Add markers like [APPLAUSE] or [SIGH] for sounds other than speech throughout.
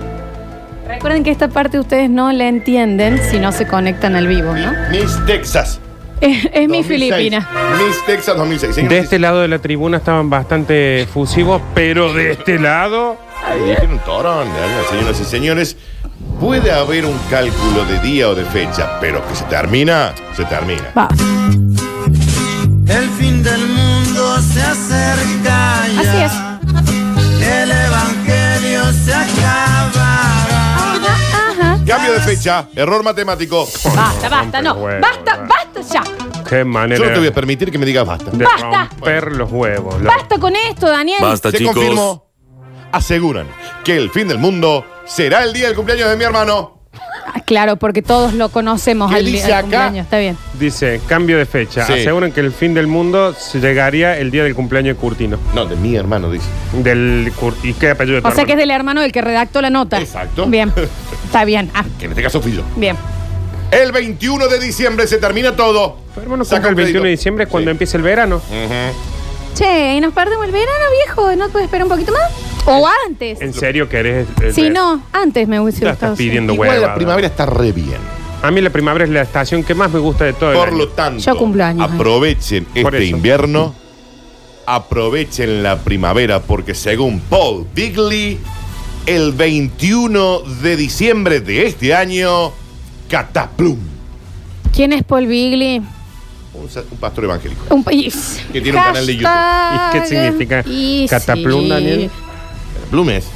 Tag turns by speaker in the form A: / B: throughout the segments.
A: Recuerden que esta parte ustedes no la entienden si no se conectan al vivo, ¿no?
B: Miss Texas.
A: Es, es mi
B: 2006.
A: Filipina.
B: Miss Texas 2006. Señoras
C: De
B: y
C: este lado de la tribuna estaban bastante fusivos, pero de este lado.
B: Le dijeron torón, ¿eh? señoras y señores. Puede haber un cálculo de día o de fecha, pero que se termina, se termina.
A: Va.
D: El fin del mundo se acerca ya.
A: Así es.
D: El evangelio se acabará.
A: Ajá.
B: Cambio de fecha, error matemático.
A: Basta, basta, no.
C: Bueno,
A: Basta,
C: bueno.
A: basta ya.
C: Qué manera
B: Yo no te voy a permitir que me digas basta.
C: de
A: ¡Basta!
C: romper los huevos. loco.
A: Basta con esto, Daniel.
E: Basta,
B: Se
E: chicos.
B: confirmó. Aseguran que el fin del mundo será el día del cumpleaños de mi hermano.
A: Ah, Claro, porque todos lo conocemos
B: ¿Qué
A: al,
B: dice
A: al
B: acá?
A: cumpleaños. Está bien.
C: Dice, cambio de fecha.
B: Sí.
C: Aseguran que el fin del mundo se llegaría el día del cumpleaños de Curtino.
B: No, de mi hermano, dice.
C: Del Cur- ¿Y qué apellido de tu
A: O sea que es
C: hermano?
A: del hermano del que redactó la nota.
B: Exacto.
A: Bien. Está bien. Ah,
B: Que en este caso fui yo.
A: bien.
B: El 21 de diciembre se termina todo.
C: Tu hermano
B: Saca un
C: cumple el 21 de
B: crédito.
C: diciembre cuando
B: Sí.
C: empieza el verano.
A: Che, ¿y nos perdemos el verano, viejo? ¿No puedes esperar un poquito más? ¿O antes?
C: ¿En serio querés? eh,
A: Si
C: ver?
A: no, antes me hubiese
C: Ya
A: gustado.
C: estás
A: sí.
C: pidiendo
B: Igual
C: huevada.
B: la primavera está re bien.
C: A mí la primavera es la estación que más me gusta de todo. el
B: Por
C: año.
B: lo tanto,
A: Yo cumplo años, eh.
B: aprovechen
C: Por
B: este
C: eso.
B: invierno, aprovechen la primavera, porque según Paul Digley, el 21 de diciembre de este año, Cataplum,
A: ¿Quién es Paul Bigley?
B: un, sa- un pastor evangélico.
A: Un país.
B: Que tiene un canal de YouTube.
A: Hashtag-
C: ¿Y qué significa
A: Y
C: Cataplum,
A: sí.
C: Daniel?
B: Cataplum es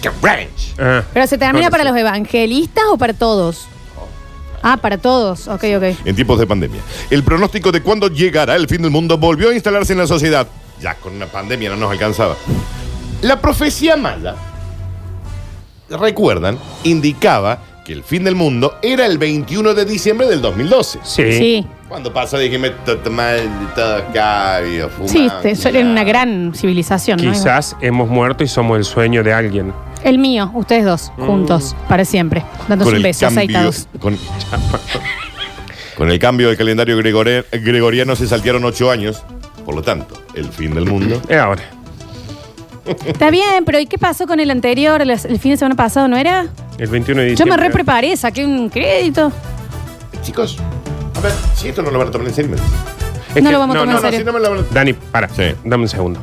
B: que branch.
C: Ah,
A: ¿Pero se termina
C: Ahora
A: para
C: sí.
A: los evangelistas o para todos? Ah, para todos. Ok, ok.
B: En tiempos de pandemia. El pronóstico de cuándo llegará el fin del mundo volvió a instalarse en la sociedad. Ya con una pandemia no nos alcanzaba. La profecía mala, recuerdan, indicaba que el fin del mundo era el 21 de diciembre del 2012.
C: sí.
A: Sí.
B: Cuando pasa, dijimos, todo cabio, fumar,
A: Sí, te- so- en una gran civilización, ¿no?
C: Quizás hemos muerto y somos el sueño de alguien.
A: El mío, ustedes dos, juntos, para siempre, dándose
B: Mm. Con
A: un
B: el,
A: beso,
B: cambio,
A: aceitados.
B: con, [LAUGHS] con el cambio del calendario gregore- gregoriano se saltearon ocho años. Por lo tanto, el fin del mundo
C: Es ahora.
A: Está bien, pero ¿y qué pasó con el anterior? las- El fin de semana pasado, ¿no era?
C: El 21 de
A: Yo
C: diciembre.
A: me repreparé, saqué un crédito.
B: Chicos, a ver, si esto no lo van a tomar en serio. me dicen.
C: Es
A: No lo vamos a tomar en
B: No, no,
A: serio.
B: si no me lo van a...
C: Dani, para.
B: Sí.
C: Dame un segundo.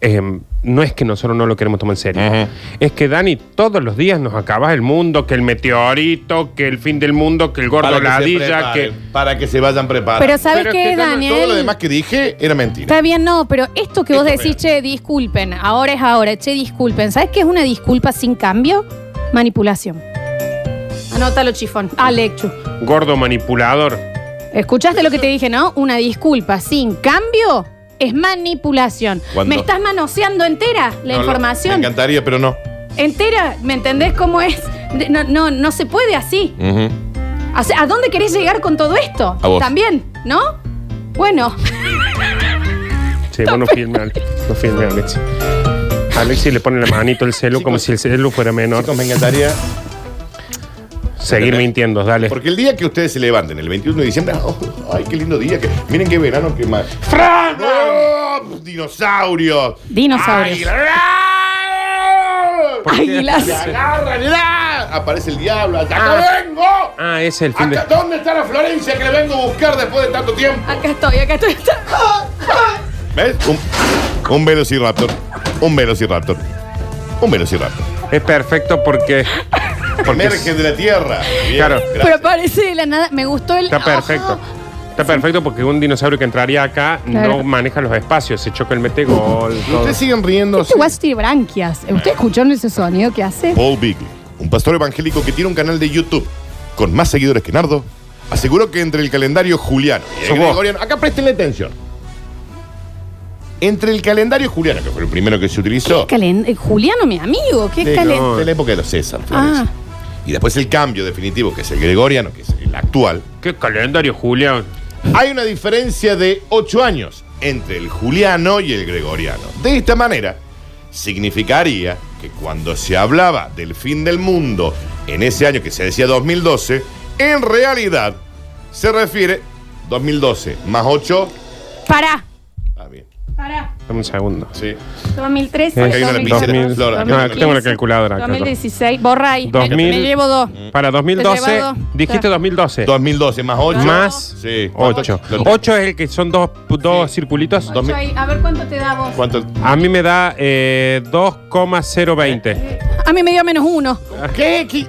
C: Eh, no es que nosotros no lo queremos tomar en serio.
B: Ajá.
C: Es que, Dani, todos los días nos acabas el mundo, que el meteorito, que el fin del mundo, que el gordo ladilla, que.
B: para que se vayan preparando.
A: Pero ¿sabes
C: Pero
A: qué,
C: es que no, no,
A: Daniel?
B: Todo lo demás que dije era mentira.
A: Está bien, no, pero esto que vos
B: Esto
A: decís, che, disculpen, ahora es ahora, che, disculpen. ¿Sabes qué es una disculpa sin cambio? Manipulación. Ah, Anótalo, chifón. Alechu.
C: Gordo manipulador.
A: ¿Escuchaste lo que te dije, no? Una disculpa sin cambio es manipulación.
B: ¿Cuándo?
A: ¿Me estás manoseando entera la
B: No, no,
A: información?
B: me encantaría, pero no.
A: entera, ¿me entendés cómo es? De- No, no, no se puede así.
B: Ujú.
A: O sea, ¿a dónde querés llegar con todo esto?
B: A vos.
A: También, ¿no? Bueno,
C: Sí, vos no firme, Alex. No firme, Alexi. Alexi le pone la manito al celu como si el celu fuera menor.
B: Chicos, me encantaría.
C: Seguir mintiendo, dale.
B: Porque el día que ustedes se levanten, el 21 de diciembre, [LAUGHS] oh, ay, qué lindo día. Que, miren qué verano que más.
C: ¡Fran!
B: ¡Oh! dinosaurios.
A: Dinosaurios.
B: Águila. ¡Ah!
A: águilas.
B: Y agarran y ¡ah! Aparece el diablo. ¡Acá
C: Ah.
B: vengo!
C: Ah, es el fin de.
B: Acá, ¿Dónde está la Florencia que le vengo a buscar después de tanto tiempo?
A: Acá estoy, acá estoy.
B: ¿Ves? Un, un velociraptor. Un velociraptor. Un velociraptor.
C: Es perfecto porque. Porque
B: Emerge de la tierra. Bien,
C: Claro.
B: gracias.
A: Pero aparece de la nada. Me gustó el. Ah,
C: está perfecto. Está perfecto porque un dinosaurio que entraría acá
A: Claro.
C: no maneja los espacios, se choca el metegol. todo.
B: Ustedes siguen riendo.
A: Este guaso tiene branquias. ¿Usted escucharon ese sonido que hace?
B: Paul Bigley, un pastor evangélico que tiene un canal de YouTube con más seguidores que Nardo, aseguró que entre el calendario juliano y
C: Sos
B: el
C: vos.
B: gregoriano. Acá prestenle atención. Entre el calendario juliano, que fue el primero que se utilizó.
A: Calen- eh, Juliano, mi amigo, qué
B: de,
A: calen-
B: de la época de los César, Florencia.
A: Ah.
B: Y después el cambio definitivo, que es el gregoriano, que es el actual.
C: ¿Qué calendario, Julián?
B: Hay una diferencia de 8 años entre el juliano y el gregoriano. De esta manera, significaría que cuando se hablaba del fin del mundo en ese año que se decía 2012, en realidad se refiere 2012 más 8.
A: Pará.
B: Ah, bien.
A: Pará.
C: Dame un segundo.
B: Sí.
A: 2013.
B: Acá hay una lapicera.
A: 2014,
B: Flora, acá hay una
A: 2015,
B: lapicera.
C: Tengo la calculadora acá.
A: 2016. Borra ahí. Me-
C: 2000.
A: Me llevo dos.
C: Para
A: Te
C: 2012,
A: llevado.
C: dijiste
A: Ya.
C: 2012.
B: 2012 más 8.
C: Más
B: Sí.
C: 8.
B: Lo-
C: 8 es el que son dos, dos circulitos.
B: Dos- 2000.
A: Ocho ahí. A ver cuánto te da vos.
B: ¿Cuánto?
C: A mí me da eh, 2,020.
A: A mí me dio menos uno.
B: ¿Qué? ¿Qué? Eh,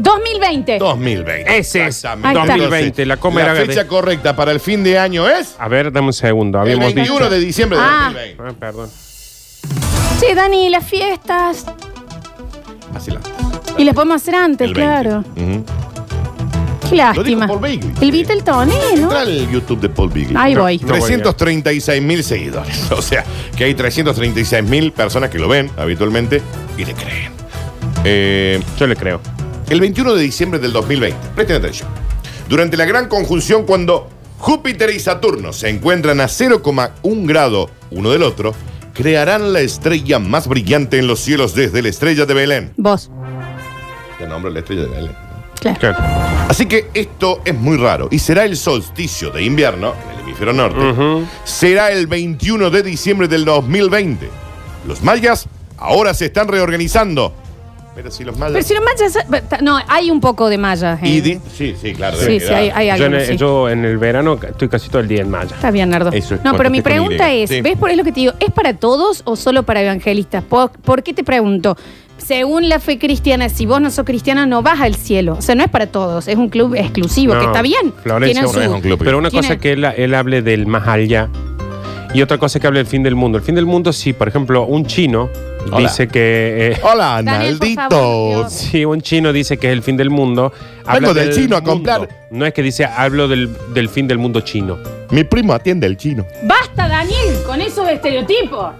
A: 2020.
B: 2020.
C: Ese es.
B: Exactamente.
A: Ahí está.
C: 2020, la coma
B: La
C: era
B: fecha
C: de-
B: correcta para el fin de año es
C: A ver, dame un
A: Eh,
C: segundo.
B: el
C: Habíamos dicho.
B: 21 de diciembre de
A: Ah.
B: 2020.
C: Ah, perdón.
A: Che, Dani, las fiestas.
B: Así la-
A: Y las podemos hacer antes,
B: el 20.
A: claro.
B: Ujú.
A: Qué lástima.
B: Paul Bailey.
A: El Beatle Tony, ¿no?
B: Entra el YouTube de Paul Bigley.
A: Ahí
C: No.
A: voy.
C: voy a-
B: 336 mil seguidores. [LAUGHS] O sea, que hay 336 mil personas que lo ven habitualmente y le creen. Eh,
C: Yo le creo.
B: el 21 de diciembre del 2020, presten atención. Durante la gran conjunción, cuando Júpiter y Saturno se encuentran a 0,1 grado uno del otro, crearán la estrella más brillante en los cielos desde la estrella de Belén.
A: Vos.
B: Ya nombro la estrella de Belén.
A: Claro.
C: Claro.
B: Así que esto es muy raro y será el solsticio de invierno en el hemisferio norte. Será el 21 de diciembre del 2020. Los mayas ahora se están reorganizando. Pero si los
A: Pero
B: mayas...
A: si no manchas. No, hay un poco de mallas.
B: Y
A: eh.
B: di- Sí, sí, claro.
A: Sí,
B: debe
A: sí,
B: quedar.
A: hay, hay
C: Yo en,
A: algo.
C: el,
A: sí.
C: yo en el verano ca- estoy casi todo el día en Maya.
A: Está bien, Nardo.
B: Eso es
A: no, pero mi
B: cuando esté con
A: pregunta
B: Y.
A: es,
B: Sí.
A: ¿ves por es lo que te digo? ¿Es para todos o solo para evangelistas? ¿Por, por qué te pregunto? Según la fe cristiana, si vos no sos cristiana, no vas al cielo. O sea, no es para todos, es un club exclusivo,
C: No,
A: que está bien.
C: Florencia,
A: Tienen su-
B: es un club.
C: Pero una
A: ¿Quién
C: cosa
A: es?
C: es que él, él hable del más allá y otra cosa es que hable del fin del mundo. El fin del mundo, sí, por ejemplo, un chino
B: Hola.
C: dice que. eh, [LAUGHS]
B: Hola,
A: Daniel, por
B: Analdito.
A: favor,
C: sí, un chino dice que es el fin del mundo.
B: Vengo del chino a
C: mundo.
B: comprar.
C: No es que dice, hablo del, del fin del mundo chino.
B: Mi primo atiende al chino.
A: Basta, Daniel, con esos estereotipos.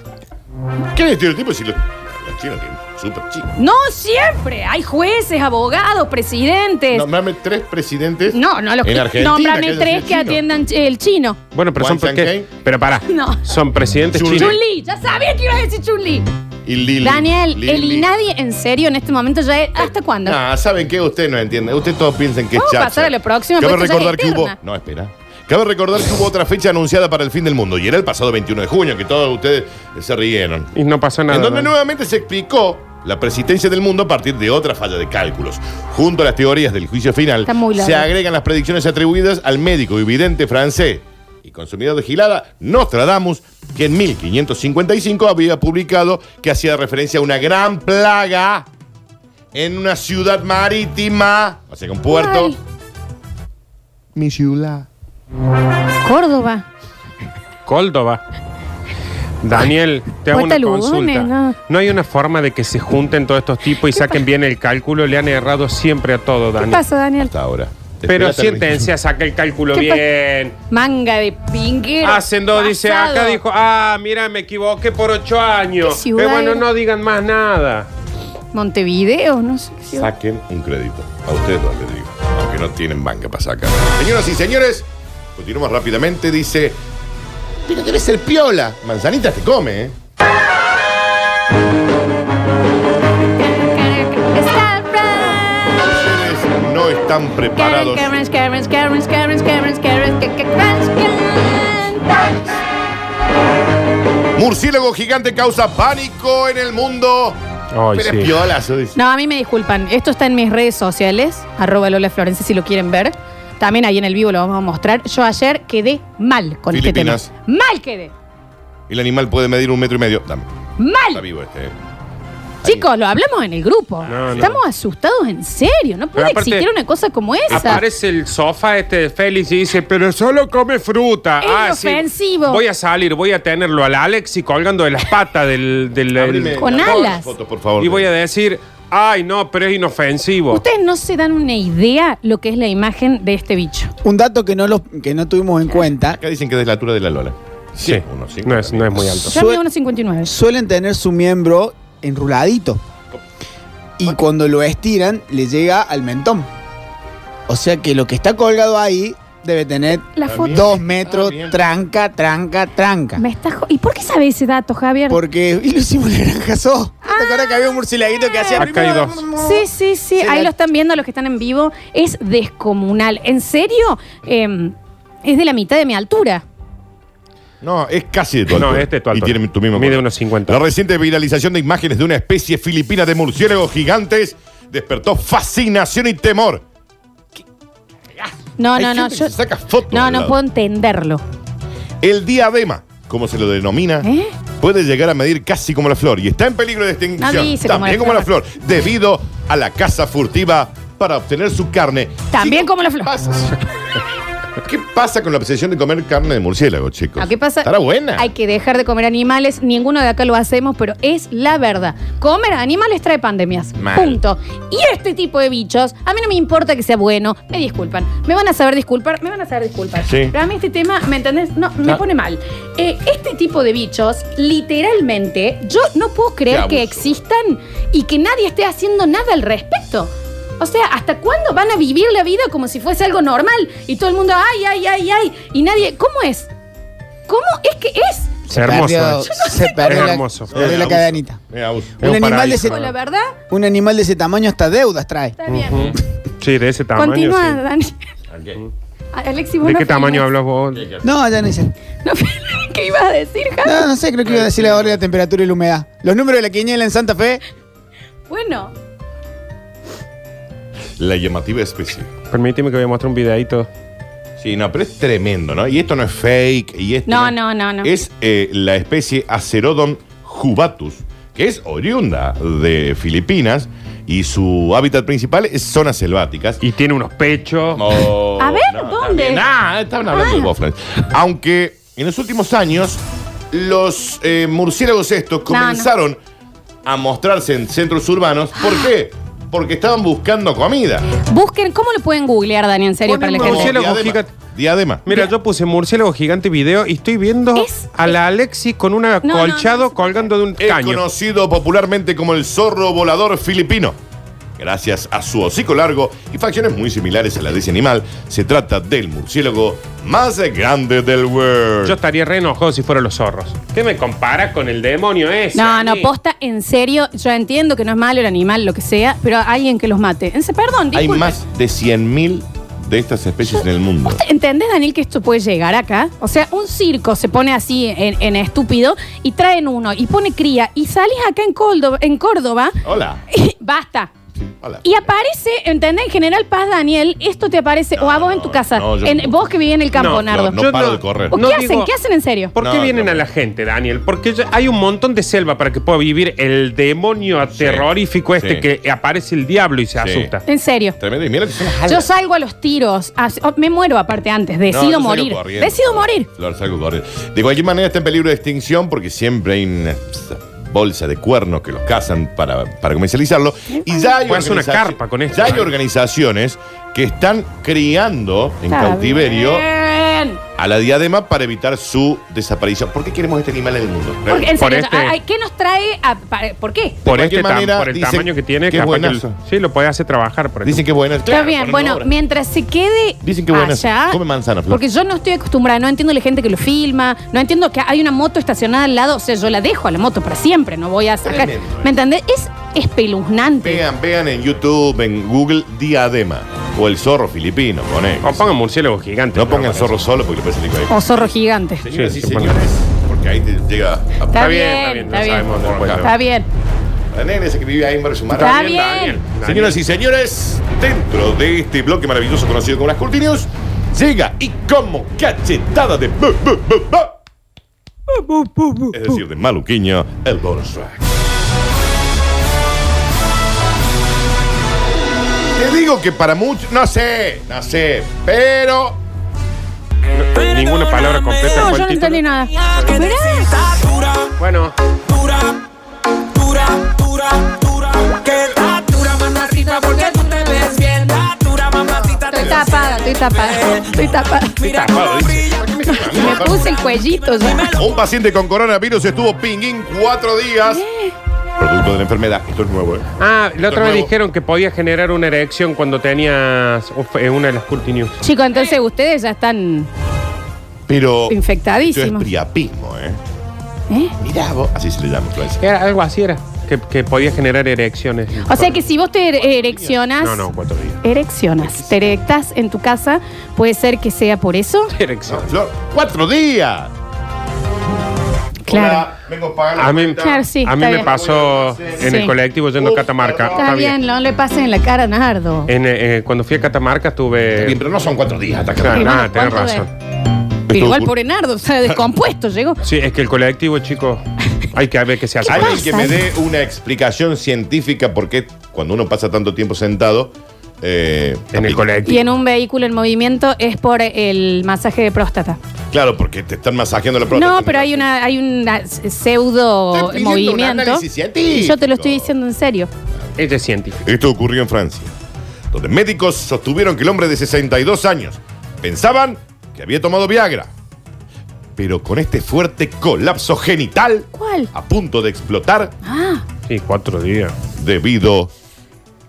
B: ¿Qué estereotipo si los, los chinos tienen súper chinos?
A: No siempre. Hay jueces, abogados, presidentes.
B: Nombrame tres presidentes.
A: No, no, los
B: en
A: que.
B: Argentina
A: Nómbrame
B: hayan
A: tres
B: sido
A: que
B: chinos.
A: atiendan ch- el chino.
C: Bueno, pero
B: Juan
C: son porque.
B: Sankei.
C: Pero pará.
A: No.
C: Son presidentes
B: Chun-Li.
C: chinos.
A: Chuli, ya sabía que ibas a decir Chuli.
B: Y Lili.
A: Daniel,
B: Lili.
A: el INADI, en serio, en este momento ya es. ¿Hasta cuándo?
B: Ah, ¿saben qué? Ustedes no entienden. Ustedes todos piensan que es
A: Vamos a
B: chacha.
A: pasar a lo próximo,
B: Cabe
A: porque esto ya
B: recordar
A: es
B: que hubo...
A: eterna.
B: No, espera. Cabe recordar que hubo otra fecha anunciada para el fin del mundo y era el pasado 21 de junio, que todos ustedes se rieron.
C: Y no pasó nada.
B: en donde
C: ¿no?
B: nuevamente se explicó la persistencia del mundo a partir de otra falla de cálculos. Junto a las teorías del juicio final,
A: Está muy largo.
B: se agregan las predicciones atribuidas al médico y vidente francés y consumidor de gilada Nostradamus, que en 1555 había publicado que hacía referencia a una gran plaga en una ciudad marítima, o sea, que un puerto.
A: Ay.
B: Mi ciudad.
A: Córdoba.
C: Córdoba. Daniel, te hago
A: Bota
C: una
A: Lugones,
C: consulta.
A: no.
C: No. hay una forma de que se junten todos estos tipos y saquen bien el cálculo? Le han errado siempre a todo,
A: ¿Qué
C: Daniel.
A: pasa, Daniel?
B: Hasta ahora.
C: Pero
B: Espérate,
C: siéntense a sacar el cálculo
A: ¿Qué pa-
C: bien.
A: Manga de pinguero.
C: Hacen dos, dice,
A: Basado.
C: acá dijo, ah, mira, me equivoqué por ocho años.
A: ¿Qué
C: Qué
A: ciudad
C: bueno,
A: era?
C: no digan más nada.
A: Montevideo, no sé. qué ciudad.
B: Saquen un crédito. A ustedes dos les digo. Aunque no tienen banca para sacar. Señoras y señores, continuamos rápidamente. Dice. Pero debe ser piola. Manzanitas te come, ¿eh? Ustedes no están preparados.
A: Carens, Carens, Carens, Carens, Carens, Carens, que- que- Carens, Carens.
B: Murciélago gigante causa pánico en el mundo.
C: Ay,
B: Pero
C: sí.
B: es piolazo, dice.
A: No, a mí me disculpan. Esto está en mis redes sociales, arroba Lola Florencia si lo quieren ver. También ahí en el vivo lo vamos a mostrar. Yo ayer quedé mal con este tema.
B: Filipinas.
A: Mal quedé.
B: El animal puede medir un metro y medio. Dame. Está
A: Mal.
B: vivo este, ¿eh?
A: Chicos, lo hablamos en el grupo.
C: No, no.
A: Estamos asustados en serio. No puede
C: aparte-
A: existir una cosa como esa.
C: Aparece el sofá este de Félix y dice, pero solo come fruta.
A: Es
C: ah, sí.
A: ofensivo.
C: Voy a salir, voy a tenerlo al Alex y colgando de las patas del... del, del-
B: Ábreme
A: Con
B: la foto,
A: alas.
B: foto, por favor.
C: y voy a decir, ay, no, pero es inofensivo.
A: Ustedes no se dan una idea lo que es la imagen de este bicho.
F: Un dato que no, los, que no tuvimos en cuenta,
B: Acá dicen que es de la altura de la Lola.
C: Sí,
B: Uno, sí.
C: no, es, no es muy alto.
A: Yo
F: Sue-
A: mido 1,59.
F: suelen tener su miembro enruladito. Y cuando lo estiran, le llega al mentón. O sea que lo que está colgado ahí debe tener
A: La foto.
F: dos metros,
B: Está bien.
F: tranca, tranca, tranca.
A: Me está jo- ¿Y por qué sabe ese dato, Javier?
F: Porque y lo hicimos en la granja Zoo. ¿Te acuerdas que había un murcielaguito que hacía...
C: Acá hay dos.
A: Ah. Sí, sí, sí.
F: Se
A: Ahí
F: la-
A: lo están viendo los que están en vivo. Es descomunal. En serio, Eh, es de la mitad de mi altura.
B: No, es casi de tu altura.
C: No, este es tu altura.
B: Y tiene tu mismo
C: Mide
B: color.
C: unos 50.
B: La reciente viralización de imágenes de una especie filipina de murciélagos gigantes despertó fascinación y temor.
A: No,
B: Hay
A: no,
B: gente
A: no.
B: que
A: yo-
B: se saca fotos
A: no,
B: al
A: no
B: lado.
A: puedo entenderlo.
B: El diadema, como se lo denomina,
A: ¿Eh?
B: puede llegar a medir casi como la flor y está en peligro de extinción.
A: No dice como
B: También
A: la
B: como la flor, debido a la caza furtiva para obtener su carne.
A: También
B: Si no,
A: como la
B: ¿qué
A: flor.
B: pasa? ¿Qué pasa con la obsesión de comer carne de murciélago, chicos?
A: ¿A Ah, qué pasa?
B: Estará buena.
A: Hay que dejar de comer animales. Ninguno de acá lo hacemos, pero es la verdad. Comer animales trae pandemias.
B: Mal.
A: Punto. Y este tipo de bichos, a mí no me importa que sea bueno. Me disculpan. Me van a saber disculpar. Me van a saber disculpar.
B: Sí.
A: Pero a mí este tema, ¿me entendés? No, me
B: Ah.
A: pone mal. Eh, este tipo de bichos, literalmente, yo no puedo creer
B: Qué
A: que
B: abuso.
A: existan y que nadie esté haciendo nada al respecto. O sea, ¿hasta cuándo van a vivir la vida como si fuese algo normal? Y todo el mundo, ay, ay, ay, ay. Y nadie, ¿cómo es? ¿Cómo es que es?
C: Es hermoso. eh.
F: Perdió- se perdió la,
C: hermoso.
F: se perdió la
B: Eh,
F: cadenita.
B: Eh, abuso.
C: Es un
F: Un animal, de
C: paraíso.
F: ese,
A: Con la verdad,
F: un animal de ese tamaño hasta deudas trae.
A: está bien.
C: Ujú. Sí, de ese tamaño.
A: Continúa,
C: sí.
A: Dani.
B: Ok.
A: [LAUGHS] Alexis, vos
C: ¿De
A: no
C: qué tamaño
A: filmes.
C: hablas vos?
F: No, ya no hice.
A: [LAUGHS] No filmes. ¿Qué ibas a decir, Javi?
F: No, no sé, creo que iba a decir ahora la temperatura y la humedad. Los números de la quiniela en Santa Fe.
A: Bueno,
B: La llamativa especie.
C: Permíteme que voy a mostrar un videito.
B: Sí, no, pero es tremendo, ¿no? Y esto no es fake. Y esto
A: No, no, no, no.
B: Es eh, la especie Acerodon jubatus, que es oriunda de Filipinas y su hábitat principal es zonas selváticas.
C: Y tiene unos pechos.
B: Oh,
A: A ver, ¿dónde?
B: también. Ah, estaban hablando de Boflan. Aunque en los últimos años, los eh, murciélagos estos
A: no.
B: comenzaron a mostrarse en centros urbanos. ¿Por
A: [GASPS]
B: qué? Porque estaban buscando comida.
A: busquen, ¿cómo lo pueden googlear, Dani, en serio, para la
C: Ponen
A: gente?
C: murciélago
B: Diadema,
C: gigante.
B: Diadema.
C: Mira, yo puse murciélago gigante video y estoy viendo
A: Es-
C: a la Alexi con un
A: no, no,
C: acolchado
A: no.
C: colgando de un
B: Es
C: caño.
B: conocido popularmente como el zorro volador filipino. Gracias a su hocico largo y facciones muy similares a las de ese animal, se trata del murciélago más grande del
C: Yo
B: world.
C: estaría re enojado si fueran los zorros. ¿Qué me compara con el demonio ese?
A: No, no,
C: Ani?
A: posta, en serio, yo entiendo que no es malo el animal, lo que sea, pero alguien que los mate. En se- Perdón,
B: Hay
A: disculpen.
B: más de 100.000 de estas especies en el mundo.
A: ¿Vos te- entendés, Daniel, que esto puede llegar acá? O sea, un circo se pone así en, en estúpido y traen uno y pone cría y salís acá en Córdoba, en Córdoba
B: Hola.
A: y [LAUGHS] basta.
B: Hola.
A: Y aparece, ¿entendés? En General Paz, Daniel, esto te aparece, o a vos en tu casa,
B: no, yo-
A: en, vos que vivís en el campo,
C: No,
A: Nardo.
B: no,
C: Yo
B: paro de correr.
A: ¿Vos
C: no
A: ¿Qué hacen?
C: digo-
A: ¿Qué hacen en serio?
C: ¿Por qué
B: No,
C: vienen
B: no.
C: a la gente, Daniel? Porque ya hay un montón de selva para que pueda vivir el demonio terrorífico este
B: sí.
C: que aparece el diablo y se
B: Sí.
C: asusta.
A: En serio.
B: Tremendo. Y mira que son las
A: Yo
B: alas.
A: salgo a los tiros, as- oh, me muero aparte antes,
B: No,
A: decido
B: yo salgo
A: morir.
B: corriendo.
A: Decido morir.
B: Flor, salgo corriendo. De cualquier manera está en peligro de extinción porque siempre hay una bolsa de cuernos que los cazan para, para comercializarlo. Y ya hay,
C: Puede hacer una
B: organizaci-
C: carpa con esto,
B: ya hay
C: ¿no?
B: organizaciones que están criando en
A: Está
B: cautiverio
A: bien.
B: a la diadema para evitar su desaparición. ¿por qué queremos este animal en el mundo?
A: Porque, en
C: Por
A: serio,
C: este-
A: ay, ¿Qué nos trae? a- para- ¿Por qué?
C: Por,
B: De
C: este
B: cualquier
C: tam-
B: manera,
C: por el
B: dicen
C: tamaño que tiene,
B: que es
C: capaz que el-
B: buenazo.
C: sí, lo puede hacer trabajar. Por
B: Dicen que bueno.
A: Está bien, bueno, mientras se quede
B: Dicen que buenas.
A: allá,
B: Come manzana, Flor.
A: porque yo no estoy acostumbrada, no entiendo la gente que lo filma, no entiendo que hay una moto estacionada al lado, o sea, yo la dejo a la moto para siempre, no voy a sacar.
B: Tremendo, eh.
A: ¿Me entendés? Es espeluznante.
B: Vean, vean en YouTube, en Google, diadema. O el zorro filipino, poné.
C: O pongan murciélagos gigantes.
B: No pongan
C: Pero
B: zorro solo porque lo parece licuado.
A: O zorro gigante.
B: Señoras
C: Sí,
B: y
C: sí, pongan.
B: señores, porque ahí te llega a
A: Está bien,
C: bien, está bien,
A: está
C: lo
A: bien.
C: sabemos, lo sabemos.
A: Está bien.
B: la negra esa que vive ahí en Barrio Sumar.
A: Está
C: bueno.
A: bien.
C: Daniel.
B: Señoras y señores, dentro de este bloque maravilloso conocido como las Curti News, llega y como cachetada de bu, bu, bu, bu. es decir, de maluquiño, el bonus track. Te digo que para muchos, no sé, no sé, pero
C: No, Ninguna palabra completa.
A: No, yo
C: fue el
A: no
C: título.
A: entendí nada.
C: Bueno,
A: Estoy tapada, estoy tapada, estoy tapada.
B: tapado, dice.
A: Me puse el cuellito ya.
B: Un paciente con coronavirus estuvo pinguín cuatro días. Producto de la enfermedad. Esto es nuevo, ¿eh?
C: ah, la otra vez
B: nuevo.
C: dijeron que podía generar una erección cuando tenías uf, eh, una de las Curti News.
A: Chicos, entonces ustedes ya están.
B: Pero.
A: Infectadísimo.
B: Esto es priapismo, ¿eh?
A: ¿eh?
B: Mirá vos. Así se le llama, influenza.
C: Era algo así, era. Que, que podía generar erecciones.
A: O sea que si vos te ere- ereccionas.
C: No, no, cuatro días.
A: Ereccionas. Te erectas en tu casa, puede ser que sea por eso.
B: No,
C: Erección.
B: Flor, ¡Cuatro días!
A: Claro.
B: Hola, vengo a pagar la
C: A mí,
B: cuenta.
A: Claro, sí,
C: a mí
A: está
C: me
A: bien.
C: pasó en
A: Sí.
C: el colectivo yendo a
B: Uf,
C: Catamarca.
B: perdón.
A: Está bien, no le pasen en la cara a Nardo.
C: En, eh, cuando fui a Catamarca
B: Está bien,
C: estuve.
B: pero no son cuatro días hasta que
C: Claro,
A: Sí,
C: nada,
A: bueno,
C: tenés
A: ¿cuánto
C: razón.
A: Pero igual por Nardo, o sea, descompuesto llegó.
C: Sí, es que el colectivo, chicos, hay que ver qué se hace.
A: ¿Qué
C: con
B: Alguien
A: pasa?
C: eso.
B: que me dé una explicación científica por qué cuando uno pasa tanto tiempo sentado. eh,
C: En el
B: aplica.
C: colectivo.
A: Y en un vehículo en movimiento es por el masaje de próstata.
B: Claro, porque te están masajeando la próstata.
A: no, pero hay una hay un ah, pseudo
B: Estoy pidiendo un
A: movimiento.
B: análisis científico.
A: Y yo te lo estoy diciendo en serio.
C: Ella es científica.
B: Esto ocurrió en Francia, donde médicos sostuvieron que el hombre de 62 años pensaban que había tomado Viagra. Pero con este fuerte colapso genital
A: ¿Cuál?
B: a punto de explotar
A: Ah,
C: Sí, cuatro días.
B: debido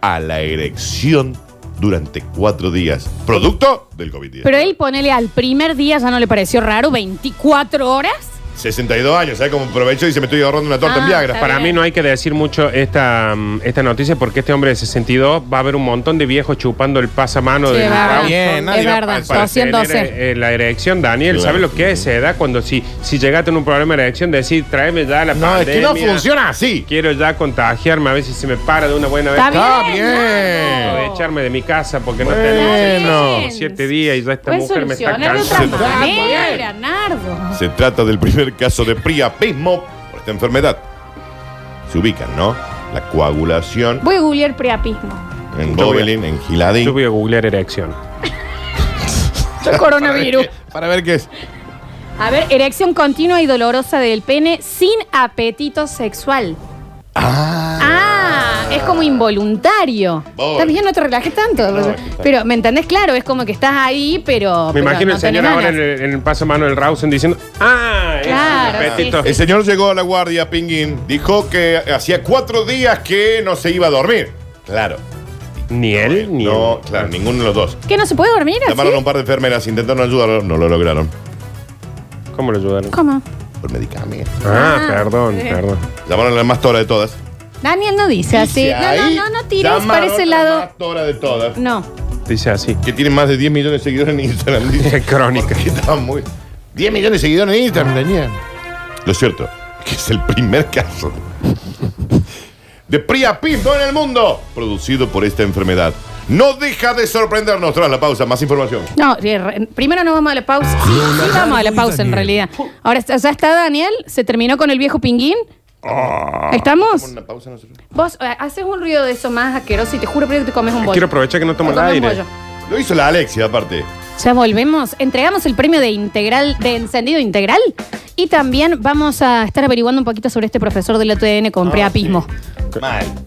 B: a la erección durante cuatro días, producto del COVID-19.
A: pero él ponele al primer día, ya no le pareció raro, 24 horas.
B: 62 años, ¿sabes cómo aprovecho y se me estoy ahorrando una torta
A: Ah,
B: en Viagra?
A: está
C: Para
A: bien.
C: mí no hay que decir mucho esta, mm, esta noticia porque este hombre de 62 va a haber un montón de viejos chupando el pasamano
A: Sí,
C: de
A: es verdad.
B: bien, nadie
A: es
B: va a
A: verdad,
B: pensar.
C: Tener,
A: 212.
C: eh, la erección, Daniel,
B: Claro.
C: ¿sabes lo que es esa edad? Cuando si, si llegaste en un problema de erección, decís, tráeme ya la
B: No, es que no
C: pandemia,
B: funciona así.
C: Quiero ya contagiarme, a ver si se me para de una buena vez.
A: Está bien.
B: Está bien.
A: Nardo.
C: Aprovecharme de mi casa porque no
A: Está
C: tenemos
A: bien.
C: siete días y ya esta
A: Puedes
C: mujer me está
A: solucionar de
C: cansando.
A: otra
B: cansando.
A: manera, Nardo.
B: Se trata del primer caso de priapismo por esta enfermedad. Se ubican, ¿no? La coagulación
A: Voy a googlear preapismo.
B: en Bobelin, en
C: Yo
B: Giladín.
C: voy a googlear erección.
A: Soy coronavirus.
C: [LAUGHS]
B: Para ver qué es.
A: A ver, erección continua y dolorosa del pene sin apetito sexual. Ah, es como involuntario.
B: Voy.
A: Está bien, no te relajes tanto. pero, ¿me entendés? Claro, es como que estás ahí, pero.
C: Me
A: pero
C: imagino
A: no
C: el señor
A: tenés
C: ahora en
A: ganas.
C: el, en el paso mano del Rausen diciendo, ¡ah!
A: Claro,
C: es un apetito".
A: sí,
B: El señor llegó a la guardia, Pinguín. Dijo que hacía cuatro días que no se iba a dormir. Claro.
C: Ni él, ni
B: No,
C: él.
B: claro, ninguno de los dos.
A: ¿Qué no se puede dormir así?
B: Llamaron a un par de enfermeras, intentaron ayudarlo, no lo lograron.
C: ¿Cómo lo ayudaron?
A: ¿Cómo?
B: Por medicamento.
C: Ah,
A: Ah,
C: perdón,
A: sí.
C: perdón.
B: Llamaron a la más tora de todas.
A: Daniel no dice así.
B: Dice
A: No, no,
B: ahí,
A: no, no tires
B: llamaron
A: para ese
B: La
A: lado.
B: más tora de todas.
A: No.
C: Dice así.
B: Que tiene más de 10 millones de seguidores en Instagram. dice.
C: Crónica.
B: Porque estaba muy- 10 millones de seguidores en Instagram tenía. Lo cierto es que es el primer caso de priapismo en el mundo producido por esta enfermedad. No deja de sorprendernos tras la pausa. Más información.
A: No, eh, re- primero no vamos a la pausa. Sí, sí vamos a la pausa en realidad. Ahora está- ya está Daniel, se terminó con el viejo pinguín. Ahí ¿Estamos?
B: Una pausa nosotros.
A: Vos eh, haces un ruido de eso más asqueroso y te juro que te comes un bollo.
C: Quiero aprovechar que no tomo el
A: Te comes un
C: aire.
A: bollo.
B: Lo hizo la Alexia, aparte.
A: Ya volvemos. Entregamos el premio de integral, de encendido integral. Y también vamos a estar averiguando un poquito sobre este profesor del ATN con
B: Ah,
A: preapismo.
B: Mal.